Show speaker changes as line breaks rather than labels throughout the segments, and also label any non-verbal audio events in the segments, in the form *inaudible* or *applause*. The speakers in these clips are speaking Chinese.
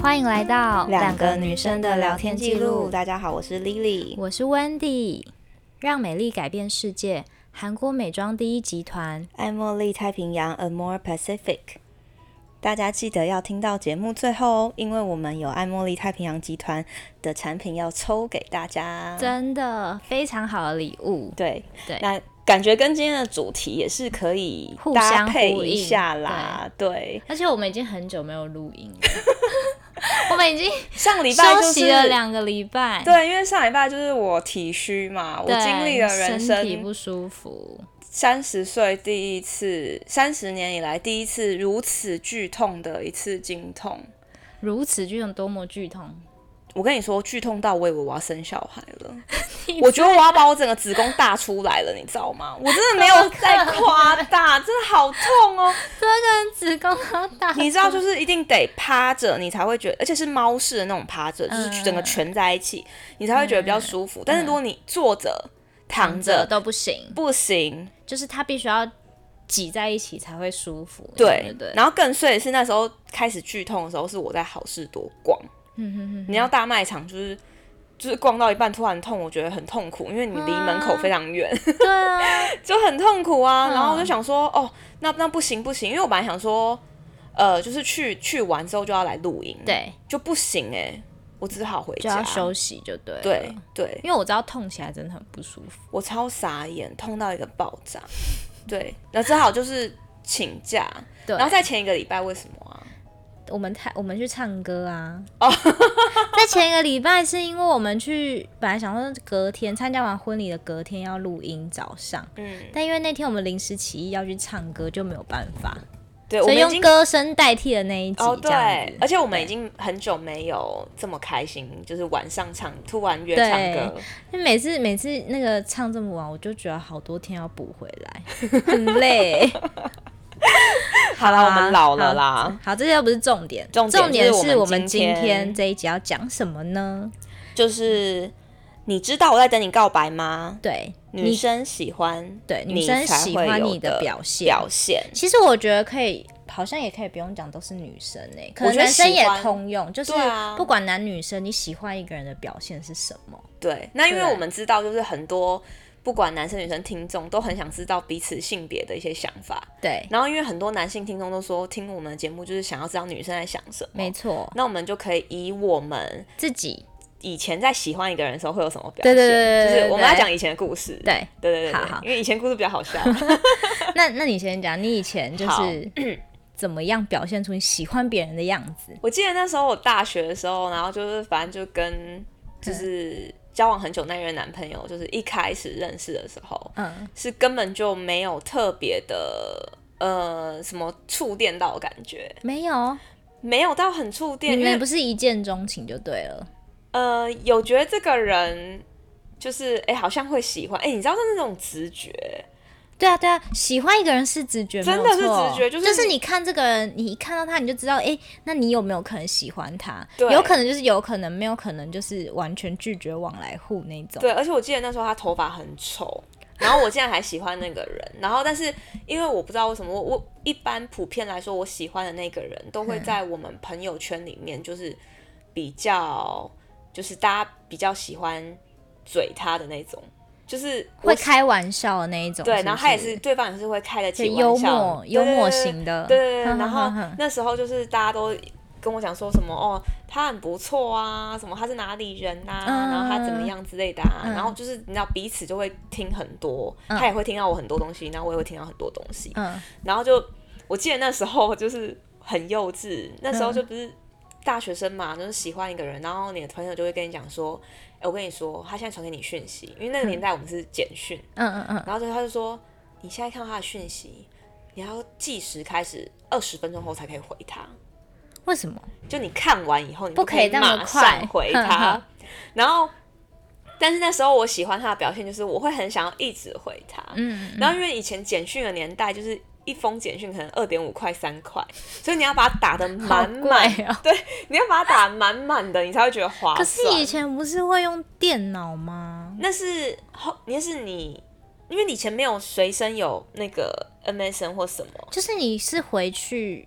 欢迎来到
哦两个女生的聊天记录。，大家好，我是 Lily。
我是 Wendy，让美丽改变世界。韩国美妆第一集团，
爱茉莉太平洋 A More Pacific。大家记得要听到节目最后哦，因为我们有爱茉莉太平洋集团的产品要抽给大家。
真的非常好的礼物。
对
对
那感觉跟今天的主题也是可以
互相
搭
呼
配
应
一下啦。对，
而且我们已经很久没有录
*laughs*
音了，我们已经
上礼拜就
休息
是
了两个礼拜。
对，因为上礼拜就是我体虚嘛，我
对，
经历了人
身体
生
不舒服，
三十岁第一次，三十年以来第一次如此剧痛的一次经痛。
如此剧痛，多么剧
*laughs*
痛！
我跟你说，剧痛到我以为我要生小孩 *laughs* 了，我觉得我要把我整个子宫大出来了，你知道 *laughs* 吗？我真的没有在夸大，真的好痛哦！
子宫要大，
你知道，就是一定得趴着，你才会觉得，而且是猫式的那种趴着，就是整个蜷在一起，你才会觉得比较舒服。但是如果你坐着、嗯躺
这
着，
都不行，
不行，
就是它必须要挤在一起才会舒服。
对
对，
然后更衰的是那时候开始剧痛的时候，是我在好事多逛，
嗯
你要大卖场就是就是逛到一半突然痛，我觉得很痛苦，因为你离门口非常远，
对啊，
*laughs* 就很痛苦啊。
嗯
然后我就想说，哦，那那不行不行，因为我本来想说，呃，就是去去完之后就要来露营，，
对，
就不行哎、我只好回
就
家
要。休息就对。
对，对，
因为我知道痛起来真的很不舒服。
我超傻眼，痛到一个爆炸。对，那只好就是请假。
对，
然后在前一个礼拜为什么啊？
我们太我们去唱歌啊。
哦
*laughs* 在前一个礼拜是因为我们去，本来想说隔天参加完婚礼的隔天要录音早上，
嗯，
但因为那天我们临时起意要去唱歌，就没有办法，
对，我
所
们
以
已
用
经
歌声代替了那一集
哦，
这样
对
子，。
而且我们已经很久没有这么开心，就是晚上唱，突然约
对
唱歌，
因为每次每次那个唱这么晚，我就觉得好多天要补回来，很累。
*laughs*
*laughs*
好啦，我们老了啦，
好，这些又不是重点，
重点是
是
我们
们今
今天
这一集要讲什么呢？
就是你知道我在等你告白吗？
对，
女
你
生喜欢
对
你
女生
才
喜
会
欢
有
你的
的
表现。
表现，
其实我觉得可以，好像也可以不用讲都是女生呢、可
我
能
觉得
男生也
喜欢
通用，就是
对啊
不管男女生，你喜欢一个人的表现是什么？
对。那因为
对
我们知道，就是很多不管男生女生听众都很想知道彼此性别的一些想法，
对，
然后因为很多男性听众都说听我们的节目就是想要知道女生在想什么
没，错，
那我们就可以以我们
自己
以前在喜欢一个人的时候会有什么表
对
现？
对对对对
就是我们要
对
讲以前的故事。 *laughs*
对。
对对对
好
对
好
因为以前故事比较好
*laughs*
笑。
那那你先讲，你以前就
好
是 *clears throat* 怎么样表现出你喜欢别人的样子？
我记得那时候我大学的时候，然后就是反正就跟就是交往很久那任男朋友，就是一开始认识的时候，
嗯，
是根本就没有特别的。呃，什么触电到的感觉
没有，
没有到很触电，
你
因
们
为
不是一见钟情就对了。
呃有觉得这个人就是哎、好像会喜欢哎、你知道是那种直觉，
对啊，对啊，喜欢一个人是直觉，
真的
没有错
是直觉就是
是你看这个人，你一看到他你就知道，哎，那你有没有可能喜欢他？
对
有可能就是有可能，没有可能就是完全拒绝往来户那种。
对，而且我记得那时候他头发很丑，然后我竟然还喜欢那个人，然后但是因为我不知道为什么，我我一般普遍来说，我喜欢的那个人都会在我们朋友圈里面，就是比较就是大家比较喜欢嘴他的那种，就是我
会开玩笑的那一种。
对，
是不
然后他也是对方也是会开得
就
起玩
幽
笑
默
对
幽默
对对
型的。*laughs*
对对对，
哼
然后
哼哼哼
那时候就是大家都跟我讲说什么哦，他很不错啊，什么他是哪里人呐、啊
嗯
然后他怎么样之类的啊，
嗯
然后就是你知道彼此就会听很多，
嗯
他也会听到我很多东西，然后我也会听到很多东西，
嗯，
然后就我记得那时候就是很幼稚，那
嗯
时候就不是。大学生嘛，就是喜欢一个人，然后你的朋友就会跟你讲说：“哎、我跟你说，他现在传给你讯息，因为那个年代我们是简讯，
嗯嗯嗯，
然后就他就说，你现在看到他的讯息，你要计时开始二十分钟后才可以回他。
为什么？
就你看完以后，你
不
就
可以那么
马
快
上回
哼
他
哼。
然后，但是那时候我喜欢他的表现就是，我会很想要一直回他。
嗯，
然后因为以前简讯的年代，就是一封简讯可能二点五块三块，所以你要把它打的满满，
好贵哦
对，你要把它打得满满的，你才会觉得划
可
算。
是以前不是会用电脑吗？
那是后，那是你，因为你以前没有随身有那个 MSN 或什么，
就是你是回去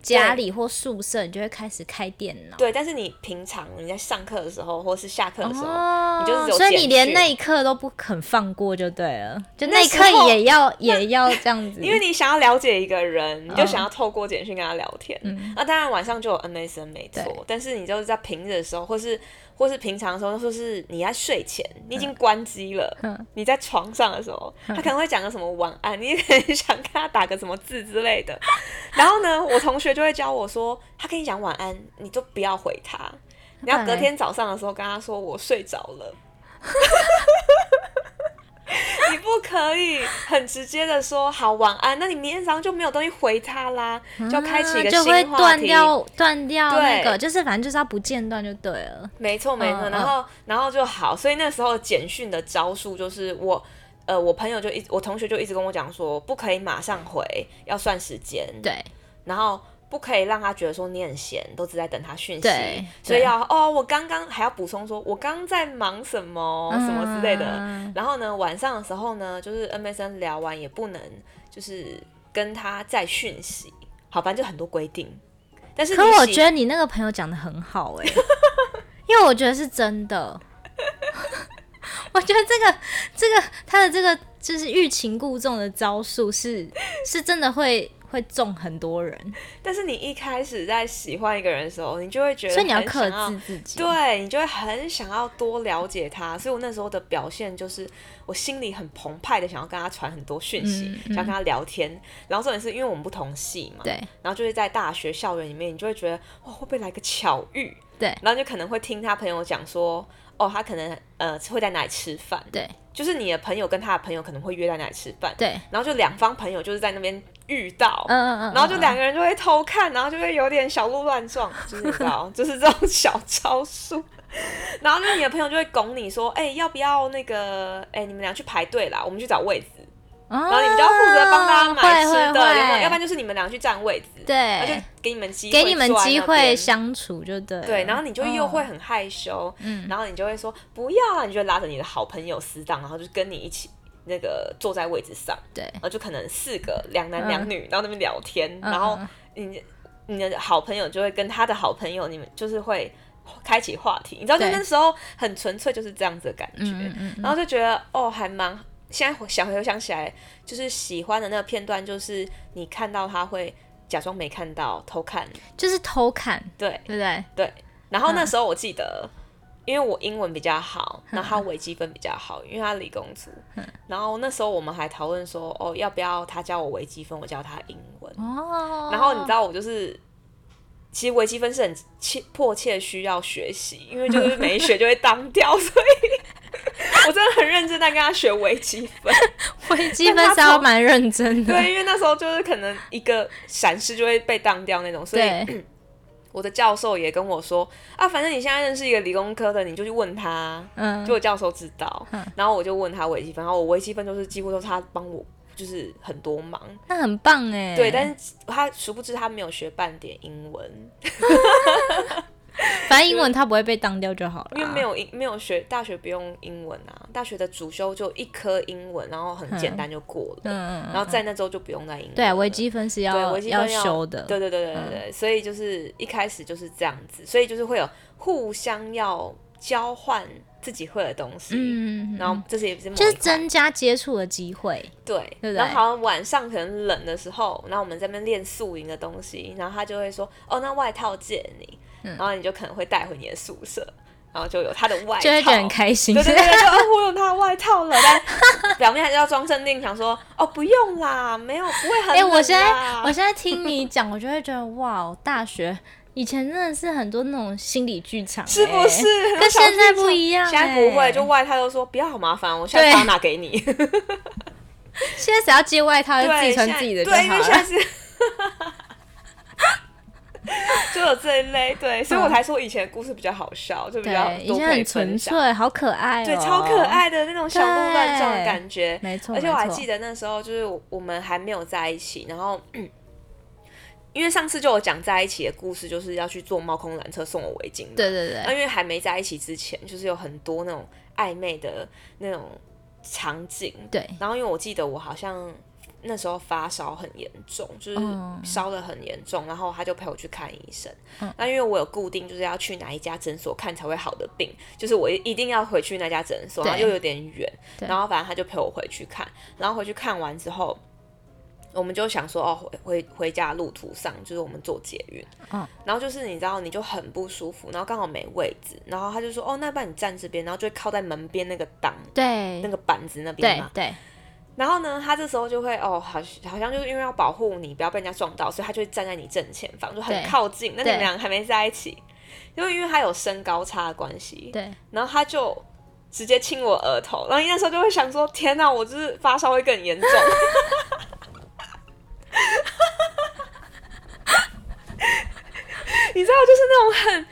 家里或宿舍，你就会开始开电脑。
对，但是你平常你在上课的时候，或是下课的时候，
哦
你就是有
所以你
简
连
讯
那一刻都不肯放过，就对了，就
那
那一
时
刻
候
也要也要这样子，
*laughs* 因为你想要了解一个人，你就想要透过简讯跟他聊天。那、当然晚上就有 MSN 没错
嗯对，
但是你就是在平日的时候，或是或是平常的时候，或是你在睡前，你已经关机了，
嗯
你在床上的时候，他可能会讲个什么晚安，你也可能想跟他打个什么字之类
*laughs*
的。然后呢，我同学就会教我说，他跟你讲晚安，你就不要回他。你要
然
隔
嘞
天早上的时候跟他说我睡着了，你不可以很直接的说好晚安，那你明天早上就没有东西回他啦，就开启一个
啊就会
新话
断
题。
掉断掉那
对
个，就是反正就是要不间断就对了。
没错没错，
嗯
然后然后就好，所以那时候简讯的招数就是我。呃，我朋友就一直我同学就一直跟我讲说，不可以马上回，要算时间。
对，
然后不可以让他觉得说你很闲，都只在等他讯息
对，
所以
对
要哦，我刚刚还要补充说，我刚在忙什么、什么之类的。
嗯
然后呢，晚上的时候呢，就是 MSN 聊完也不能就是跟他再讯息，好，反正就很多规定。但是
可
你
我
喜
觉得你那个朋友讲的很好哎、因为我觉得是真的。 *laughs* 我觉得这个这个他的这个就是欲擒故纵的招数是是真的会会中很多人，
但是你一开始在喜欢一个人的时候，你就会觉得
所以你要
很
克
想要
制自己。
对啊你就会很想要多了解他，所以我那时候的表现就是我心里很澎湃的想要跟他传很多讯息，
嗯
想要跟他聊天。然后重点是因为我们不同系嘛，
对
然后就是在大学校园里面，你就会觉得哇会不会来个巧遇？
对
然后就可能会听他朋友讲说，哦他可能呃会在哪里吃饭，
对
就是你的朋友跟他的朋友可能会约在哪里吃饭，
对，
然后就两方朋友就是在那边遇到，
嗯嗯嗯，
然后就
嗯
两个人就会偷看，然后就会有点小鹿乱撞，就是你知道，就是这种小招数。然后那你的朋友就会拱你说：“哎、要不要那个？哎、你们俩去排队啦，我们去找位置。”
然
然后你们就要负责帮大家买吃
会
的，
啊会
有没有
会
要不然就是你们俩去占位置，然后就
对，
给你们机会，啊
给你们机会。相处就对了。
对，然后你就又
嗯
会很害羞，
嗯
然后你就会说不要啊，你就会拉着你的好朋友死党，然后就跟你一起那个坐在位置上，
对
然后就可能四个两男两
嗯
女，然后那边聊天，
嗯
然后
嗯
你你的好朋友就会跟他的好朋友，你们就是会开启话题，你知道，就
对
那时候很纯粹，就是这样子的感觉，
嗯嗯嗯
然后就觉得哦，还蛮。现在想回想起来，就是喜欢的那个片段，就是你看到他会假装没看到，偷看，
嗯，就是偷看，
对
对不对？
对。然后那时候我记
嗯
得，因为我英文比较好，然后他微积分比较好，因为他理工组。然后那时候我们还讨论说，哦，要不要他教我微积分，我教他英文。
哦，
然后你知道我就是，其实微积分是很切迫切需要学习，因为就是没学就会当掉， *laughs* 所以我真的很认真在跟他学微积分。
微积分是
但他
要
从
蛮认真的，
对，因为那时候就是可能一个闪失就会被当掉那种，所以
对，
我的教授也跟我说啊，反正你现在认识一个理工科的，你就去问他。
嗯
结，果教授知道，然后我就问他微积分，然后我微积分就是几乎都是他帮我，就是很多忙。
那很棒哎。
对，但是他殊不知他没有学半点英文，
反正英文他不会被当掉就好了，啊
因为没有英没有学大学不用英文啊，大学的主修就一科英文，然后很简单就过了，
嗯，嗯嗯，
然后在那之后就不用再英文了。
对啊，微积分是
对
要
微积分要
修的，嗯
对对对对对对，所以就是一开始就是这样子，所以就是会有互相要交换自己会的东西，
嗯，嗯嗯
然后这是也是某一
就是
块
增加接触的机会，
对，
对不
然后
对
好像晚上可能冷的时候，然后我们在那边练宿营的东西，然后他就会说：“哦，那外套借你。
嗯
然后你就可能会带回你的宿舍，然后就有他的外套，
就会觉得很开心
对。对对，就哦，我有他的外套了，但 *laughs* 表面还是要装镇定，想说哦，不用啦，没有，不会很冷啦。
哎、我现在我现在听你讲，我就会觉得哇，哦大学以前真的是很多那种心理剧场、
是不是？
哎？
很多
跟
小
现在
剧
不
场
一样
现在不会，
哎
就外套都说不要好麻烦，我现在
对
把它拿给你。
现在只要接外套，就自
对，
己
现
穿
在
自己的就
对，因
好
为现在
了。
是。 *laughs* 就有这一类，对，所以我才说以前的故事比较好笑，就比较
对，以
多
前
可以
很
分
纯
享，
粹，好可爱、哦，
对，超可，爱的那种小鹿乱撞的感觉，
没错。
而且我还记
得，
得那时候就是我我们还没有在一起，然后。嗯因为上次就有讲在一起的故事，就是要去坐猫空缆车送我围巾嘛。
对对
那
对，
因为还没在一起之前，就是有很多那种暧昧的那种场景。
对
然后因为我记得我好像那时候发烧很严重，就是
嗯
烧的很严重，然后他就陪我去看医生。
嗯
那因为我有固定就是要去哪一家诊所看才会好的病，就是我一一定要回去那家诊所，
对
然后又有点远，
对
然后反正他就陪我回去看，然后回去看完之后。我们就想说，哦，回回回家的路途上，就是我们坐捷运，
嗯
然后就是你知道，你就很不舒服，然后刚好没位置，然后他就说，哦，那不然你站这边，然后就会靠在门边那个挡
对
那个板子那边
对
嘛。
对，
然后呢，他这时候就会哦，好，好像就是因为要保护你，不要被人家撞到，所以他就会站在你正前方，就很
对
靠近。那你们
对
俩还没在一起，因为因为他有身高差的关系，
对，
然后他就直接亲我额头，然后那时候就会想说，天哪，我就是发烧会更
*laughs*
严重。你知道，就是那种很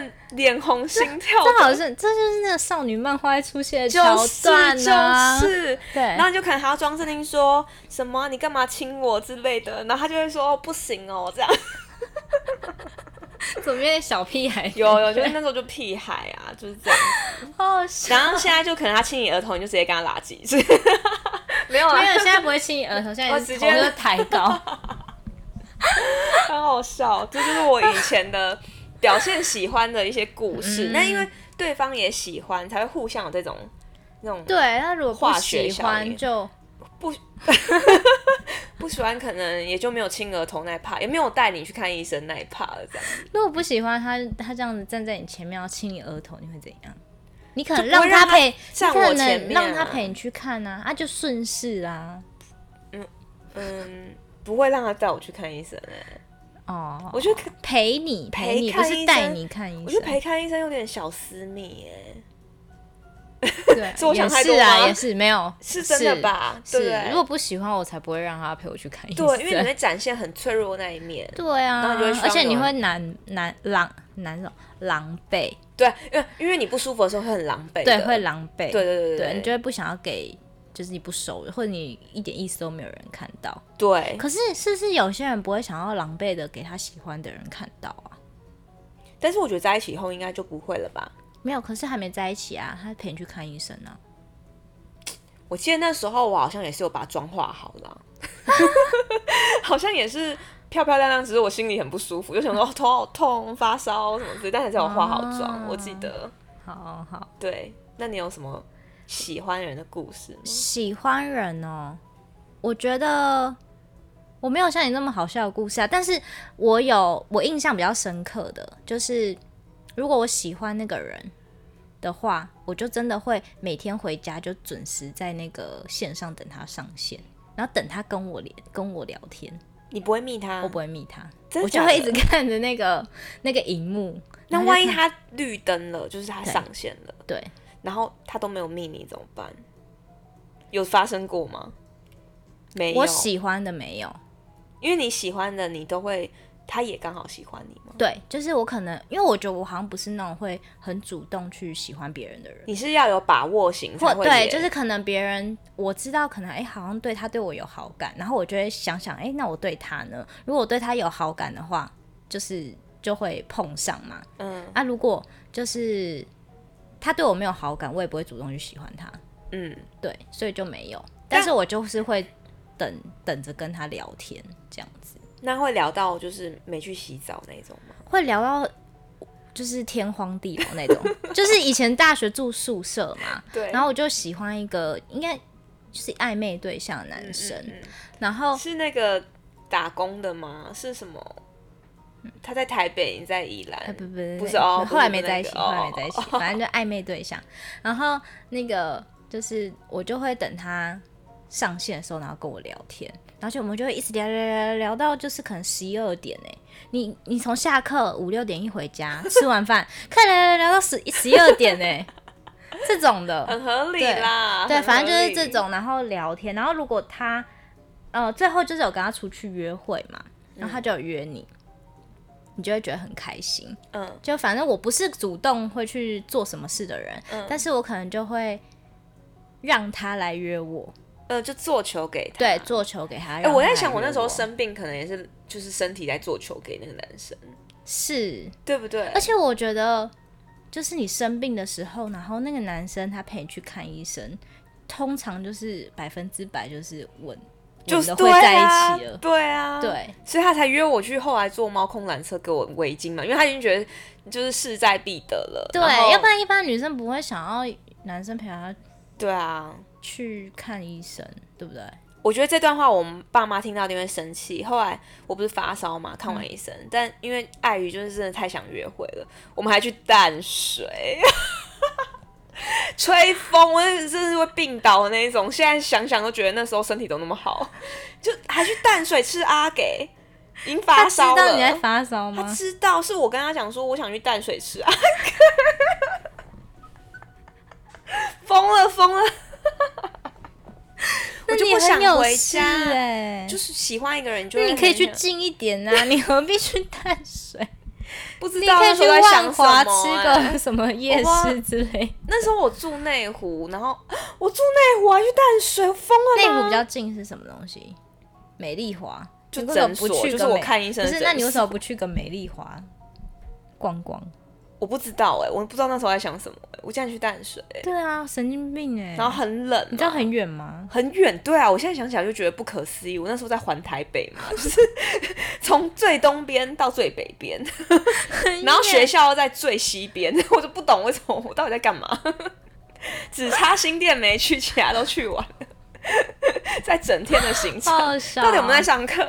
很脸红心跳的，
这好像是这就是那个少女漫画会出现的桥
就是
段啊，
*laughs* 就是，
对，
然后你就可能还要装镇定说什么你干嘛亲我之类的，然后他就会说哦不行哦这样，
怎么变小屁孩？
有有就是那时候就屁孩啊就是这样，
哦，是
然后现在就可能他亲你额头你就直接跟他拉鸡，就是 *laughs* 没有
没有，
啦，
现在不会亲你额头，现在
我
你
直
头
接
就是抬高。
*laughs* 很好笑，这就是我以前的表现喜欢的一些故事，
嗯
那因为对方也喜欢才会互相有这种那种
对，那如果
化
不喜
学效应
欢就
不喜欢可能也就没有亲额头那一趴，也没有带你去看医生那一趴了这样。
如果不喜欢他，他这样子站在你前面要亲你额头，你会怎样？你可能
就不
让他
会让他
陪，
站
你
我
可
前
能
面啊
让他陪你去看啊，啊就顺势啦。
嗯，不会让他带我去看医生、欸，
哦，
我觉得可
陪你
陪
陪你，不
看医
是
生
带你看医
我觉得
生。
陪看医生有点小私密、欸，
对，
是我想
也
太多
是啊，
吗
也是没有，
是真的？吧？对不
是，
对？
如果不喜欢我才不会让他陪我去看医生。
对，因为你会展现很脆弱的那一面，
对啊
然后你
而
就会，希望
且
有
你
人
会难难狼难什么狼狈，
对，因为因为你不舒服的时候会很狼狈的，
对，会狼狈，
对，对对
对，你
对
就会不想要给，就是你不熟的，或者你一点意思都没有人看到。
对。
可是是不是有些人不会想要狼狈的给他喜欢的人看到啊？
但是我觉得在一起以后应该就不会了吧？
没有，可是还没在一起啊，他陪你去看医生啊。
我记得那时候我好像也是有把妆化好了， *laughs* 好像也是漂漂亮亮，只是我心里很不舒服，就想说哦头好痛、发烧什么之类，但还是有化好妆，
啊
我记得。
好好，
对，那你有什么喜欢人的故事吗？
喜欢人哦，我觉得我没有像你那么好笑的故事啊，但是我有我印象比较深刻的就是，如果我喜欢那个人的话，我就真的会每天回家就准时在那个线上等他上线，然后等他跟我连跟我聊天，
你不会密他？
我不会密他，
真的
我
假
就
的
会一直看着那个那个荧幕。
那
然后就
万一
看
他绿灯了，就是他上线了，
对
然后他都没有秘密怎么办？有发生过吗？没有，
我喜欢的没有，
因为你喜欢的，你都会，他也刚好喜欢你吗？
对，就是我可能因为我觉得我好像不是那种会很主动去喜欢别人的人，
你是要有把握型才
或
会
对，
耶
就是可能别人我知道，可能哎、诶好像对他对我有好感，然后我就会想想，哎、那我对他呢？如果我对他有好感的话，就是就会碰上嘛。
嗯
啊，如果就是他对我没有好感，我也不会主动去喜欢他，
嗯，
对，所以就没有。
但
但是我就是会等等着跟他聊天，这样子
那会聊到就是没去洗澡那种吗？
会聊到。就是天荒地老那种， *laughs* 就是以前大学住宿舍嘛，
对
然后我就喜欢一个应该就是暧昧对象的男生，
嗯嗯
然后
是那个打工的吗？是什么？他在台北，你在宜兰，
哎不不
不
不
是哦不
后来
是
没在一起，
那个
后来没
哦
在一起，反正就暧昧对象。然后那个就是我就会等他上线的时候，然后跟我聊天，然后就我们就会一直聊聊聊聊到就是可能十一二点哎、你你从下课五六点一回家吃完饭， *laughs* 看聊聊聊到十十一二点哎、 *laughs* 这种的，
很合理啦。
对，
啊很
反正就
合
是
理
这。种，然后聊天，然后如果他，呃，最后就是有跟他出去约会嘛，然后他就有约你，你就会觉得很开心。
嗯，
就反正我不是主动会去做什么事的人，
嗯
但是我可能就会让他来约我，
呃，就做球给他。
对，做球给他。
哎、
让
我在
他
想，
来
我
约
那时候生病，可能也是就是身体在做球给那个男生，
是，
对不对
而？且我觉得就是你生病的时候，然后那个男生他陪你去看医生，通常就是百分之百就是稳我
就
们
是啊
都会在一起了。
对啊，
对,、
啊，所以他才约我去后来做猫空蓝色给我围巾嘛，因为他已经觉得就是势在必得了。
对
然后
要不然一般女生不会想要男生陪她
对啊，
去看医生，对不对？
我觉得这段话我们爸妈听到一定会生气。后来我不是发烧嘛，看完医生，
嗯
但因为碍于就是真的太想约会了，我们还去淡水。 *laughs* 吹风，我真的是会病倒的那一种。现在想想都觉得那时候身体都那么好，就还去淡水吃阿给，已经
他
发
知
烧了。
道你在发烧
他
吗？
知道是我跟他讲说，我想去淡水吃啊， *laughs* 疯了疯了，
那
我就
你
不想
很有
回
事
家
哎、
就是喜欢一个人就
那
会
你可以
很
去
想
近一点
*laughs*
啊，你何必去淡水？
不知
你
道
可
那
以
时
去
候在
万
想什
华
么、
吃 *laughs*
哎
个什么夜
我不知
市之类。
*laughs* 那时候我住内湖，然后 *gasps* 我住内湖还去淡水，疯了
内
吗
湖比较近是什么东西？美丽华，
就
你为什么
诊
不
所
去个
就是我
美
看医生
不
的
是，
诊
那你为什么不去个美丽华逛逛？
我不知道哎、我不知道那时候在想什么、哎我竟然去淡水、哎
对啊，神经病哎、
然后很冷嘛，啊
你知道很远吗？
很远，对啊，我现在想起来就觉得不可思议。我那时候在环台北嘛， *laughs* 就是从最东边到最北边， *laughs* 然后学校又在最西边， *laughs* 我就不懂为什么我到底在干嘛， *laughs* 只差新店没去，其他都去完了， *laughs* 在整天的行程
好，好笑、哦
到底我们在？上课？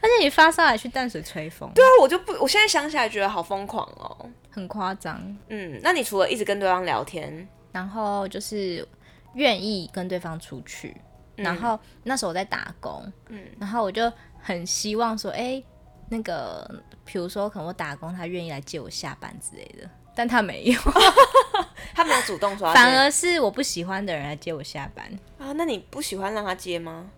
而且你发烧还去淡水吹风，
对啊，我就不，我现在想起来觉得好疯狂哦。
很夸张。
嗯，那你除了一直跟对方聊天，
然后就是愿意跟对方出去。然后那时候我在打工，
嗯
然后我就很希望说，哎、那个，比如说可能我打工，他愿意来接我下班之类的，但他没有，
他没有主动说要接，
反而是我不喜欢的人来接我下班，
啊，那你不喜欢让他接吗？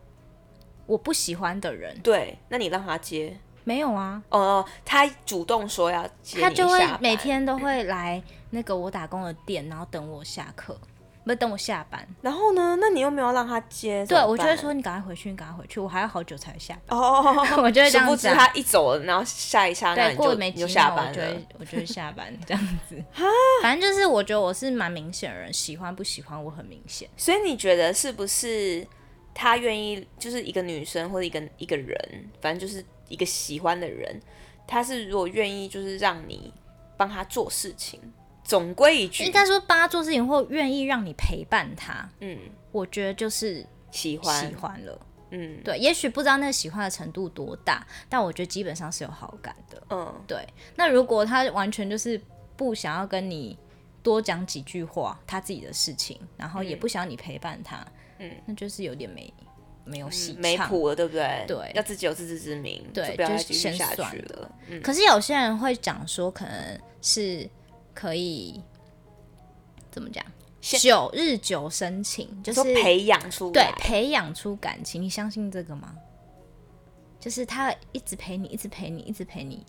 我不喜欢的人
对，那你让他接。
没有啊，
哦，他主动说要接
他
你
就会
下班
每天都会来那个我打工的店，然后等我下课，不是等我下班。
然后呢？那你又没有让他接，
对，啊
怎么
我就会
办
说你赶快回去，你赶快回去，我还要好久才下班。
哦哦哦，哦
*laughs* 我就会这
殊
样
不
子
知
啊
他一走了，然后下一刹那
对，
你
过
就
了没
你就
几秒，
下
我
班
就
了
会。我就会下班这样子。
*laughs*
反正就是我觉得我是蛮明显的人，喜欢不喜欢我很明显。
所以你觉得是不是他愿意，就是一个女生或者一个一个人，反正就是一个喜欢的人，他是如果愿意，就是让你帮他做事情，总归一句
应，该说帮他做事情或愿意让你陪伴他，
嗯，
我觉得就是
喜欢，
喜欢了。
嗯
对，也许不知道那个喜欢的程度多大，但我觉得基本上是有好感的。
嗯，
对，那如果他完全就是不想要跟你多讲几句话，他自己的事情，然后也不想要你陪伴他，
嗯，
那就是有点没没有戏
没
唱。
谱了，对不对？
对
要自己有自知之明，
对
就不要再
就是
继续
先
下
算
去了。嗯，
可是有些人会讲说，可能是可以怎么讲，
先
久日久生情，就
你
是
说培养出
对
来，
培养出感情。你相信这个吗？就是他一直陪你，一直陪你，一直陪你。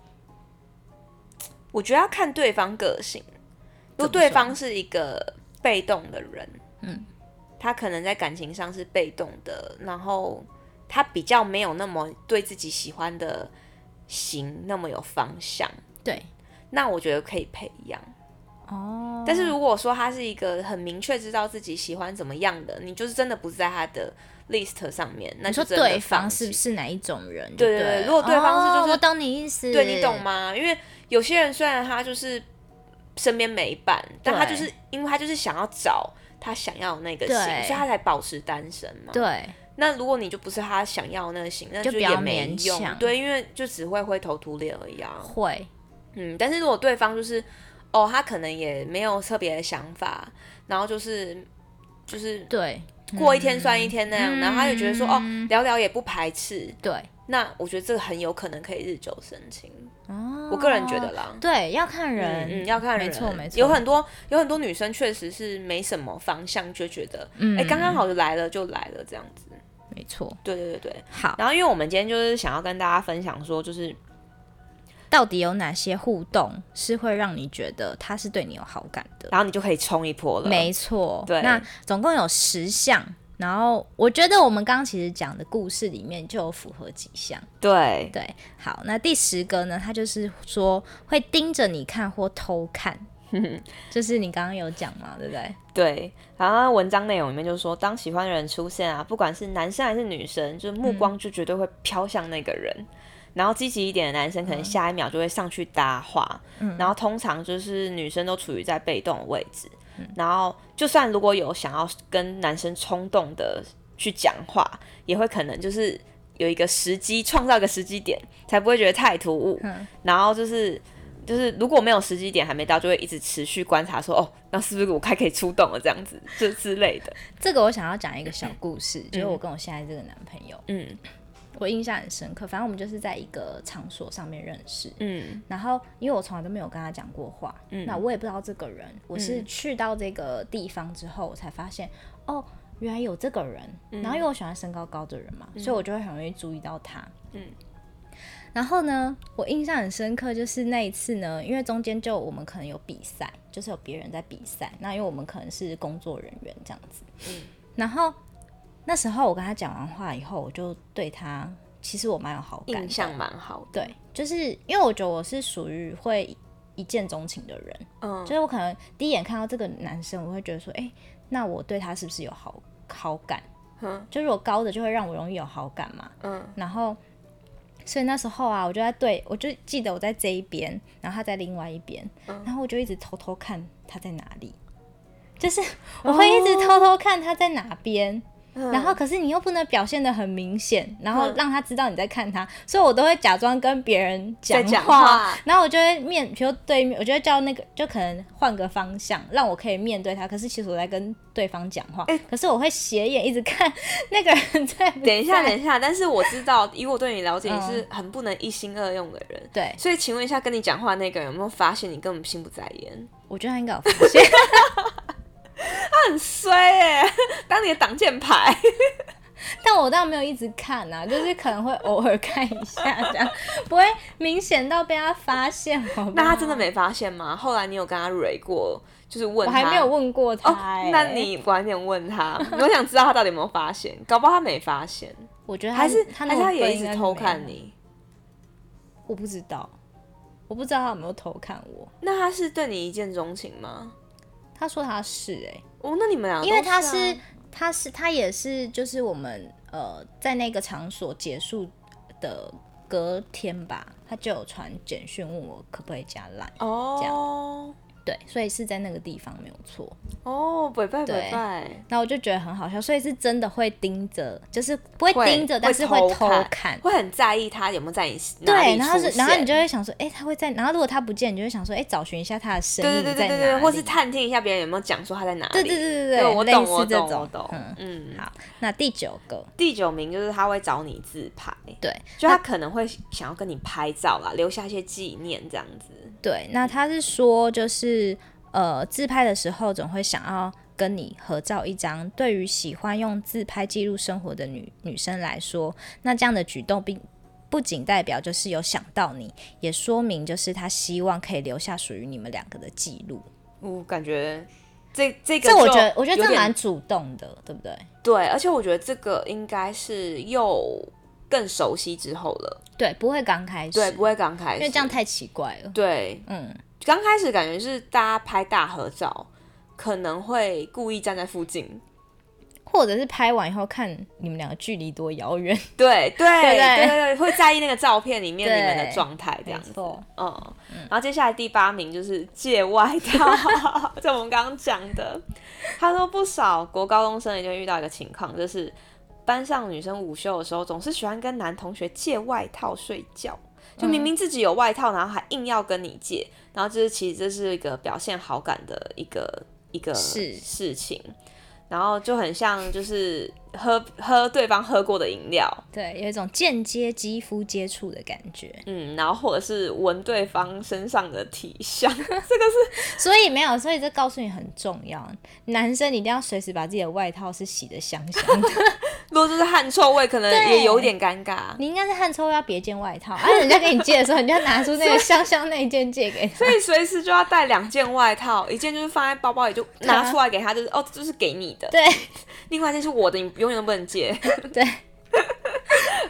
我觉得要看对方个性。如果
怎么说
对方是一个被动的人，嗯，他可能在感情上是被动的，然后他比较没有那么对自己喜欢的型那么有方向，
对，
那我觉得可以培养。
哦，
但是如果说他是一个很明确知道自己喜欢怎么样的，你就是真的不是在他的 list 上面，那
你
就
说
真的
对方
放
是
弃
是哪一种人就对
对对
了？
对如果对方是就是
哦我懂你意思，
对你懂？吗？因为有些人虽然他就是身边没伴，但他就是因为他就是想要找他想要的那个型，
对
所以他才保持单身嘛。
对，
那如果你就不是他想要的那个型，那
就不要
也没
勉
用，
强
对，因为就只会灰头土脸而已啊。
会
嗯，但是如果对方就是哦，他可能也没有特别的想法，然后就是就是
对嗯
过一天算一天那样，然后他就觉得说哦，聊聊也不排斥，
对。
那我觉得这个很有可能可以日久生情，
哦，
我个人觉得啦。
对，要看人，
嗯，嗯，要看人，
没错没错，
有很多有很多女生确实是没什么方向，就觉得，
嗯
哎、刚刚好就来了就来了这样子。
没错。
对对对对。
好，
然后，因为我们今天就是想要跟大家分享说，就是
到底有哪些互动是会让你觉得他是对你有好感的？
然后你就可以冲一波了。
没错，
对
那总共有十项，然后我觉得我们刚刚其实讲的故事里面就有符合几项。
对， *laughs*
对，好，那第十个呢，他就是说会盯着你看或偷看，就是你刚刚有讲嘛，对不对？
对，然后文章内容里面就说，当喜欢的人出现啊，不管是男生还是女生，就是目光就绝对会飘向那个人。然后积极一点的男生，可能下一秒就会上去搭话。然后通常就是女生都处于在被动的位置。然后就算如果有想要跟男生冲动的去讲话，也会可能就是有一个时机，创造一个时机点，才不会觉得太突兀。
嗯
然后就是就是如果没有时机点还没到，就会一直持续观察说，哦，那是不是我快可以出动了这样子，这之类 *laughs* 的。
这个我想要讲一个小故事，就是我跟我现在这个男朋友，
嗯
我印象很深刻。反正我们就是在一个场所上面认识，
嗯
然后因为我从来都没有跟他讲过话，
嗯
那我也不知道这个人，我是
嗯
去到这个地方之后，我才发现哦，原来有这个人。然后因为我喜欢身高高的人嘛，所以我就会很容易注意到他。
嗯
然后呢，我印象很深刻，就是那一次呢，因为中间就我们可能有比赛，就是有别人在比赛，那因为我们可能是工作人员这样子。
嗯
然后那时候我跟他讲完话以后，我就对他其实我蛮有好感的
印，象蛮好的。
对，就是因为我觉得我是属于会一见钟情的人，
嗯
就是我可能第一眼看到这个男生，我会觉得说，哎、那我对他是不是有好好感？
嗯
就是我高的就会让我容易有好感嘛。
嗯
然后，所以那时候啊，我就在对我就记得我在这一边，然后他在另外一边，
嗯
然后我就一直偷偷看他在哪里，就是
哦
我会一直偷偷看他在哪边。然后，可是你又不能表现的很明显，然后
嗯
让他知道你在看他，所以我都会假装跟别人讲
在讲话
然后我就会面，比如对面，我就会叫那个，就可能换个方向，让我可以面对他。可是其实我在跟对方讲话，
哎
可是我会斜眼一直看那个人在不在。
等一下，等一下，但是我知道，以我对你了解，
嗯
你 *laughs* 是很不能一心二用的人。
对，
所以，请问一下，跟你讲话那个人有没有发现你根本心不在焉？
我觉得他应该有发现， *laughs*
很衰耶、 *laughs* 当你的挡箭牌。 *laughs*
但我当然没有一直看啊，就是可能会偶尔看一下这样，不会明显到被他发现。好不好
那他真的，没发现吗？后来你有跟他蕊过，就是问
我
他，
还没有问过他、
哦
欸。
那你晚点问他，我想知道他到底有没有发现，搞不好他没发现，
我觉得他
还是
他
还
那
是
么
他也
笨
一
应该
直
是
偷
没有
看，你。
我不知道，我不知道他有没有偷看我。
那他是对你一见钟情吗？
他说他是哎、欸
哦，那你们俩都
因为他
啊
是他是他也是就是我们呃在那个场所结束的隔天吧，他就有传简讯问我可不可以加来，
哦
对，所以是在那个地方没有错。
哦，拜拜
对
拜拜，
那我就觉得很好笑，所以是真的会盯着，就是不会
会
盯着，但是
会
偷
看
看，。
会很在意他有没有在你哪
对，
里
然后
出
是，然后你
现
就会想说，哎、他会在，然后如果他不见，你就会想说，哎、找寻一下他的身
对
影
对对
在
对
哪
对
里，
对，或是探听一下别人有没有讲说他在哪里。
对对对对
对我懂
类
我
似这
懂我
种，
懂，
嗯，
嗯。
好，那第九个，
第九名就是他会找你自拍，
对，
就他可能会想要跟你拍照啦，留下一些纪念这样子。
对，那他是说就是呃，自拍的时候总会想要跟你合照一张。对于喜欢用自拍记录生活的女女生来说，那这样的举动并不仅代表就是有想到你，也说明就是他希望可以留下属于你们两个的记录。
我哦感觉这这个
这我
就
觉得，我觉得
有
这
点
蛮主动的，对不对？
对，而且我觉得这个应该是又更熟悉之后了，
对，不会刚开始，
对，不会刚开始，
因为这样太奇怪了。
对，
嗯，
刚开始感觉是大家拍大合照，可能会故意站在附近，
或者是拍完以后看你们两个距离多遥远。
对对
对
对对，会在意那个照片里面
对
你们的状态这样子
没错。
嗯，然后接下来第八名就是借外套， *laughs* 就我们刚刚讲的。他说不少国高中生也就遇到一个情况，就是班上女生午休的时候，总是喜欢跟男同学借外套睡觉。就明
嗯
明自己有外套，然后还硬要跟你借，然后就是其实这是一个表现好感的一个一个
是
事情，然后就很像就是喝喝对方喝过的饮料，
对，有一种间接肌肤接触的感觉。
嗯，然后或者是闻对方身上的体香， *laughs*
所以没有，所以这告诉你很重要，男生一定要随时把自己的外套是洗得香香的。
如果这是汗臭味，可能也
对
有点尴尬。
你应该是汗臭要别件外套，而、啊、人家给你借的时候，你就拿出那个香香那一件借给他。
所以随时就要带两件外套，一件就是放在包包里，就拿出来给他，就是哦，这是给你的；
啊对
另外一件是我的，你永远都不
*laughs*
能借。
对，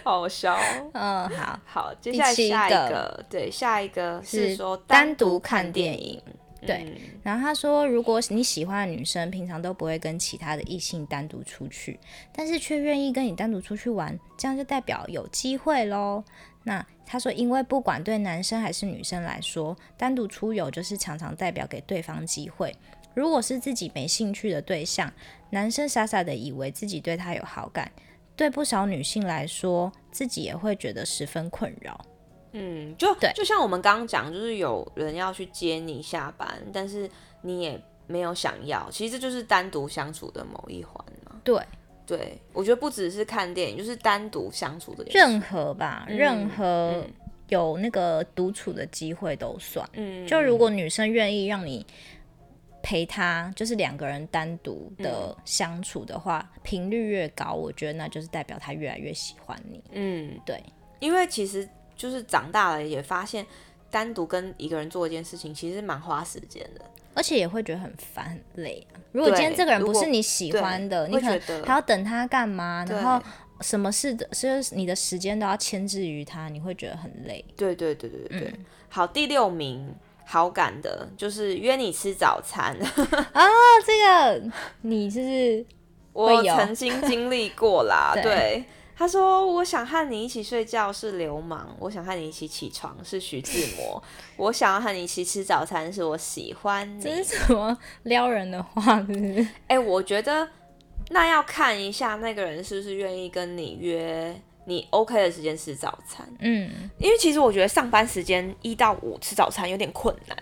好笑哦。
嗯，好，
好，接下来
第七
下一
个
个，对，下一个是说
单独看电
影。
对
嗯
然后他说，如果你喜欢的女生平常都不会跟其他的异性单独出去，但是却愿意跟你单独出去玩，这样就代表有机会喽。那他说，因为不管对男生还是女生来说，单独出游就是常常代表给对方机会。如果是自己没兴趣的对象，男生傻傻的以为自己对他有好感，对不少女性来说，自己也会觉得十分困扰。
嗯，就
对
就像我们刚刚讲，就是有人要去接你下班，但是你也没有想要，其实这就是单独相处的某一环嘛。
对，
对，我觉得不只是看电影，就是单独相处的也是。
任何吧，任何
嗯
有那个独处的机会都算。
嗯，
就如果女生愿意让你陪她，就是两个人单独
嗯
的相处的话，频率越高，我觉得那就是代表她越来越喜欢你。
嗯，
对，
因为其实就是长大了也发现，单独跟一个人做一件事情其实蛮花时间的。
而且也会觉得很烦很累啊。如果
对
今天这个人
如
不
果
是你喜
对
欢的，你
会
可能
觉得
还要等他干嘛？
对
然后什么事的，就是你的时间都要牵制于他，你会觉得很
*laughs*
累。
对对对对对对。
嗯
好，第六名好感的就是约你吃早餐， *laughs*
那啊这个你就是
我
有
曾经经历过
*laughs*
啦。
对
对，他说我想和你一起睡觉是流氓，我想和你一起起床是徐志摩， *laughs* 我想要和你一起吃早餐是我喜欢
这是
你。
什么撩人的话？是不是？
哎、我觉得那要看一下那个人是不是愿意跟你约。你 OK 的时间吃早餐，
嗯，
因为其实我觉得上班时间一到五吃早餐有点困难。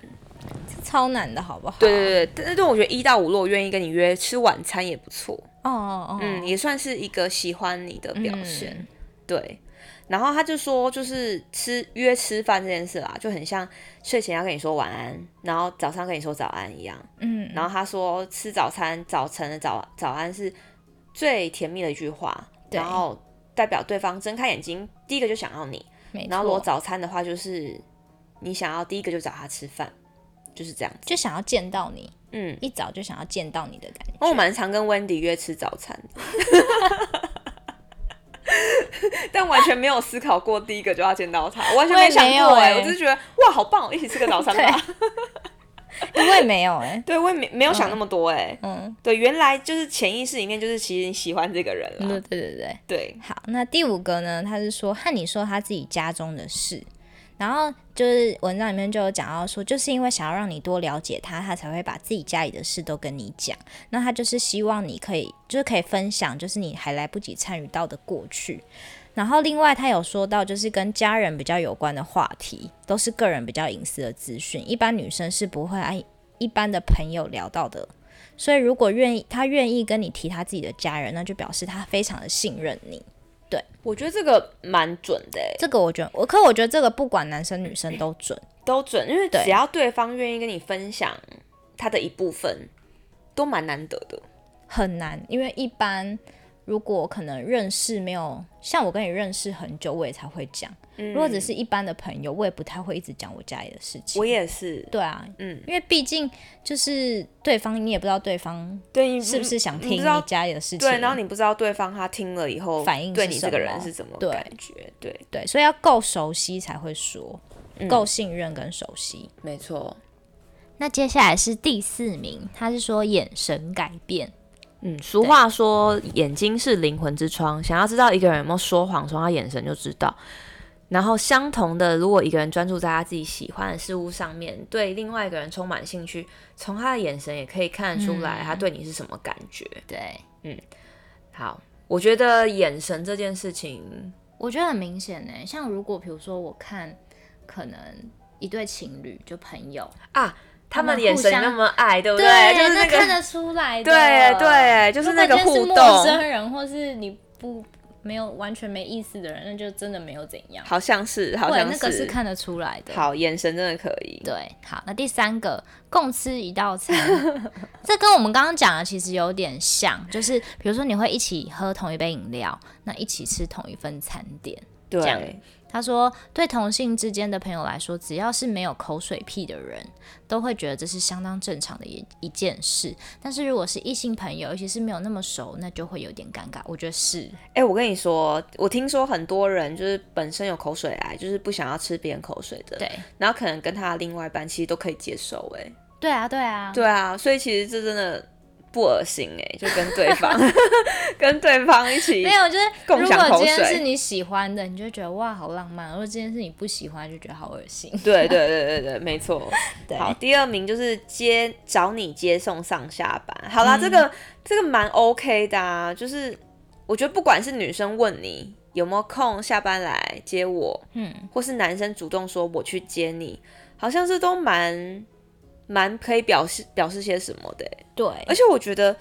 超难的好不好？
对对对，但是但我觉得一到五如果愿意跟你约吃晚餐也不错，
哦哦哦，
嗯，也算是一个喜欢你的表现。
嗯
对，然后他就说，就是吃约吃饭这件事啦，就很像睡前要跟你说晚安，然后早上跟你说早安一样。
嗯，
然后他说吃早餐，早晨的早早安是最甜蜜的一句话，
对
然后代表对方睁开眼睛，第一个就想要你。
没错。
然后如果早餐的话，就是你想要第一个就找他吃饭，就是这样子。
就想要见到你，
嗯，
一早就想要见到你的感觉。
我蛮常跟 Wendy 约吃早餐的， *laughs* 但完全没有思考过第一个就要见到他，我完全
我也
想
没有
过哎、
欸
我只是觉得哇，好棒，哦一起吃个早餐吧。
因为没有哎、
*laughs* 对，我也没没有想那么多哎、 *laughs*
嗯，
对，原来就是潜意识里面就是其实你喜欢这个人
对
了。
对对对。
对，
好，那第五个呢？他是说和你说他自己家中的事，然后就是文章里面就有讲到说，就是因为想要让你多了解他，他才会把自己家里的事都跟你讲。那他就是希望你可以，就是可以分享，就是你还来不及参与到的过去。然后另外他有说到，就是跟家人比较有关的话题，都是个人比较隐私的资讯，一般女生是不会按一般的朋友聊到的。所以，如果愿意，他愿意跟你提他自己的家人，那就表示他非常的信任你。
我觉得这个蛮准的哎、
这个我觉得，我可我觉得这个不管男生女生都准，
都准，因为
对
只要对方愿意跟你分享他的一部分，都蛮难得的。
很难，因为一般如果可能认识没有像我跟你认识很久，我也才会讲。
嗯
如果只是一般的朋友，我也不太会一直讲我家里的事情。
我也是，
对啊，
嗯，
因为毕竟就是对方，你也不知道对方
对，你
是不是想
你
听
不知道
你家里的事情。
对，然后你不知道对方他听了以后
反应
对
是
你
什
这个
么
人是怎么
对
感觉？对，
对，所以要够熟悉才会说，
嗯
够信任跟熟悉。
没错。
那接下来是第四名，他是说眼神改变。
嗯，俗话说眼睛是灵魂之窗，想要知道一个人有没有说谎，从他眼神就知道。然后相同的，如果一个人专注在他自己喜欢的事物上面，对另外一个人充满兴趣，从他的眼神也可以看得出
嗯
来他对你是什么感觉。
对，
好，我觉得眼神这件事情，
我觉得很明显呢。像如果比如说我看，可能一对情侣就朋友，
啊，他
们
们眼神那么爱，对不就是那
那看
个，
得出来的。
对对，就是那个
如果
互
今
动。
天是陌生人或是你不没有完全没意思的人，那就真的没有怎样。
好像是，好
对，
像
那个是看得出来的。
好眼神真的可以。
对，好，那第三个共吃一道餐，这跟我们刚刚讲的其实有点像，就是比如说你会一起喝同一杯饮料，那一起吃同一份餐点。
对
这样他说，对同性之间的朋友来说，只要是没有口水屁的人，都会觉得这是相当正常的一一件事。但是如果是异性朋友，尤其是没有那么熟，那就会有点尴尬。我觉得是，
哎、我跟你说，我听说很多人就是本身有口水癌，就是不想要吃别人口水的，
对，
然后可能跟他的另外一半其实都可以接受、哎，
对啊，对啊，
对啊，所以其实这真的不恶心哎、就跟对方 *laughs* 跟对方一起
没，有，就是
共
如
享
果
口
今天
水
是你喜欢的，你就觉得哇好浪漫；如果今天是你不喜欢，就觉得好恶心。
对对对对对，没错。
对
好，第二名就是接找你接送上下班。好啦，这个这个蛮 OK 的啊，就是我觉得不管是女生问你有没有空下班来接我，
嗯，
或是男生主动说我去接你，好像是都蛮蛮可以表示表示些什么的欸。
对
而，且我觉得，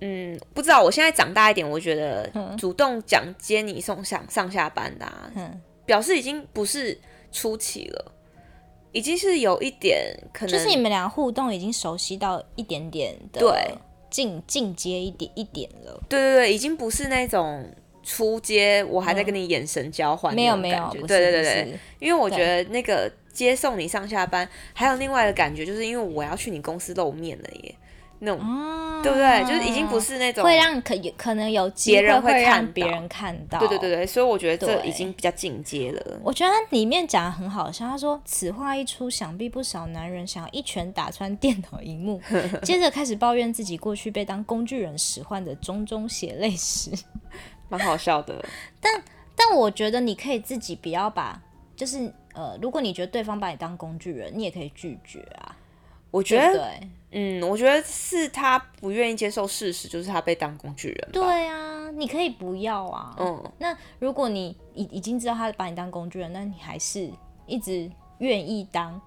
嗯，不知道，我现在长大一点，我觉得
嗯
主动讲接你送上上下班的、啊，
嗯，
表示已经不是初期了，已经是有一点可能，
就是你们俩互动已经熟悉到一点点的，
对，
进进阶一点一点了。
对对对，已经不是那种初接，我还在跟你眼神交换、
嗯没有没有，
感觉
不是
对对对
不
对，
是
因为我觉得那个接送你上下班，还有另外的感觉，就是因为我要去你公司露面了耶，那种、
啊
对不对？就是已经不是那种
会让可有可能有机
别人
会
会
会让
看
别
到
人看到。
对对对。对，所以我觉得这
对
已经比较进阶了。
我觉得他里面讲的很好笑，他说此话一出，想必不少男人想要一拳打穿电脑荧
*laughs*
幕，接着开始抱怨自己过去被当工具人使唤的种种血泪史。 *laughs*
蛮好笑的。
但我觉得你可以自己不要把，就是呃，如果你觉得对方把你当工具人，你也可以拒绝啊，
我觉
对不
得，
对？
嗯，我觉得是他不愿意接受事实，就是他被当工具人。，
对啊，你可以不要啊。
嗯，
那如果你已已经知道他把你当工具人，那你还是一直愿意当，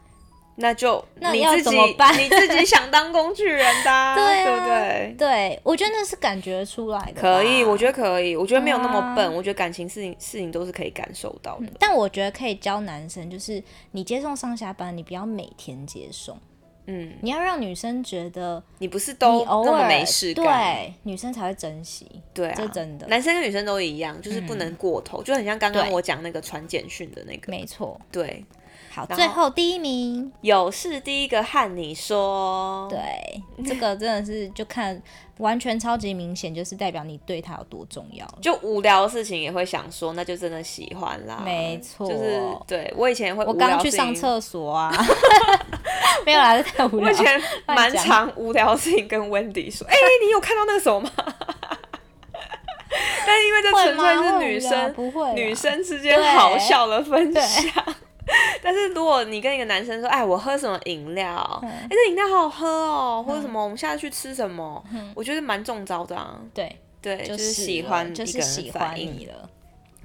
那就
那
你
要
自己
怎么办
你自己想当工具人的
*laughs*
啊、
对啊
对不对？
对我觉得那是感觉出来的吧。
可以，我觉
得。
得可以，我觉得没有那么
啊
笨，我觉得感情事情事情都是可以感受到的。
但我觉得可以教男生，就是你接送上下班，你不要每天接送，
嗯，
你要让女生觉得
你不是
你
都
偶
那么
尔
没事干？
对女生才会珍惜。
对啊，
这真的嗯
男生跟女生都一样，就是不能过头，就很像刚刚我讲那个传简讯的那个。
没错。
对，
好，
后
最后第一名，
有事第一个和你说。
对，这个真的是就看完全超级明显，就是代表你对他有多重要。
就无聊的事情也会想说，那就真的喜欢啦。
没错
啊就是对我以前也会，
我
我
刚去上，厕所啊， *laughs* 没有啦，这太无
*laughs* 我
聊
以。前蛮
乱讲
常无聊的事情跟温
*laughs*
迪说，哎、你有看到那个什么吗？ *laughs* 但因为这
会
纯
吗？
粹是
会无
女
聊
生
不会啦啊
女生之间好笑的分
对
享。 *laughs* 但是如果你跟一个男生说，哎，我喝什么饮料，
嗯
哎、这饮料好好喝哦，或者什么，我们下次去吃什么，我觉得蛮中招的啊。
对，
对，
嗯就是是
喜
了
欢一个
就是
人
喜
反
欢
应
你了。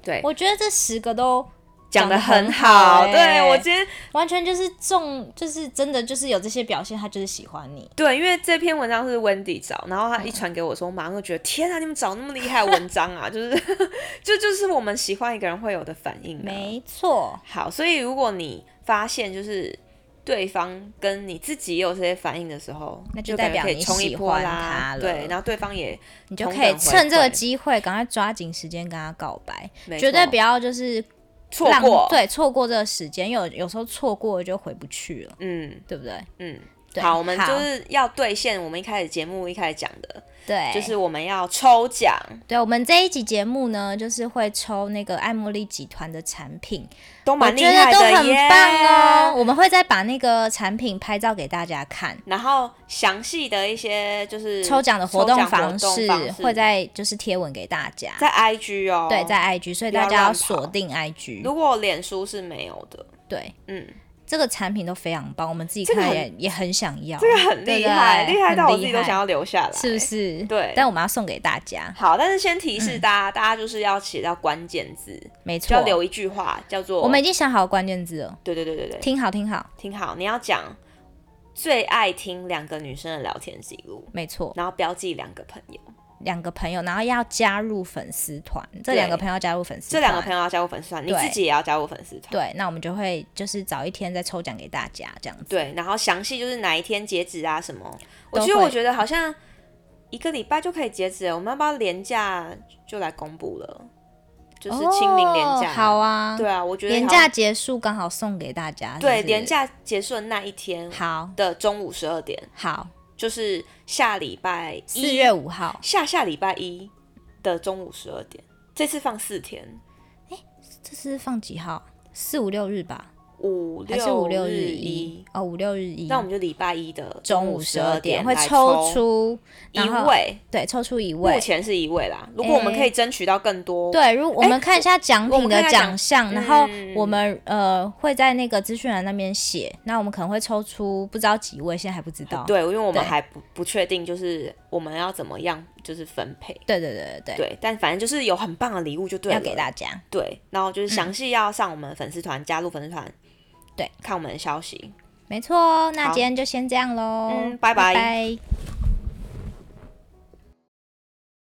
对
我觉得这十个都
讲
得
的很
好
好。
欸，
对我今天
完全就是中，就是真的就是有这些表现，他就是喜欢你。
对，因为这篇文章是 Wendy 找，然
嗯
后他一传给我说，我马上就觉得天啊，你们找那么厉害的文章啊，就是 *laughs* 这就是我们喜欢一个人会有的反应、啊。
没错，
好，所以如果你发现就是对方跟你自己也有这些反应的时候，
那就
就
代
感觉
表
可以
你
冲一
喜
波
欢
啦
他。了
对，然后对方也
你就
同
可以
等回
趁这个
馈
机会，赶快抓紧时间跟他告白，
没
绝对
错
不要就是
错
浪
过。，
对，错过这个时间，有有时候错过了就回不去了，
嗯
对不对？
嗯。
对
好，我们
好
就是要兑现我们一开始节目一开始讲的，
对，
就是我们要抽奖，
对我们这一集节目呢，就是会抽那个爱茉莉集团的产品，
都
我
蛮厉
觉得
害
都
的
很
耶。
棒哦。我们会再把那个产品拍照给大家看。
然后详细的一些就是
抽奖的活动
抽奖
方
式
式会在就是贴文给大家，
在 IG 哦，
对，在 IG，所以
不要
大家要
乱
锁
跑
定 IG。
如果脸书是没有的，
对，
嗯，
这个产品都非常棒，我们自己
这个
看
很
也也很想要，
这个很
对
厉
不
害，
对
厉害
很
到我自己都
害
想要留下来，
是不？是？
对
但我们要送给大家，
好，但是先提示大家，大家就是要写到关键字，
没
就
错
要。留一句话叫做
我们已经想好关键字了，
对对对对对，
听好听好，
听好，你要讲最爱听两个女生的聊天记录，
没错，
然后标记两个朋友，
两个朋友，然后要加入粉丝团，这
对
两个朋友要加入粉丝
这
团，
两个朋友要加入粉丝团，你
对
自己也要加入粉丝团。
对，那我们就会就是早一天再抽奖给大家，这样子。
对，然后详细就是哪一天截止啊什么。我
都
其实我
会
觉得好像一个礼拜就可以截止了，我们要不要廉价就来公布了？就是清明廉价、
哦好。啊，
对啊，我觉得
廉
好像
价结束刚好送给大家，
对
是不是
廉价结束的那一天
好
的中午十二点，
好，
就是下礼拜一
四月五号，
下下礼拜一的中午十二点。这次放四天，
这是放几号？四五六日吧，
五
还是五六
六
日
一
一，哦，五六日一，
那我们就礼拜一的
中
午
午
十
十
二
二点会
来抽
抽出
一
然后
位，
对，抽出一
目
位。
前是一位啦。如果我们可以争取到更多，
对，如我们看一下奖
我
品
们看
的
一下奖嗯
奖项，然后我们呃会在那个资讯栏那边写，那我们可能会抽出不知道几位，现在还不知道。
对，因为我
对
们还不不确定，就是我们要怎么样就是分配。
对对对对
对，但反正就是有很棒的礼物就对
对，
了，
要给大家。嗯
对，然后就是详细要上我们粉丝团、加入粉丝团，
对，
看我们的消息。
没错，那
好
今天就先这样喽，
嗯拜拜
拜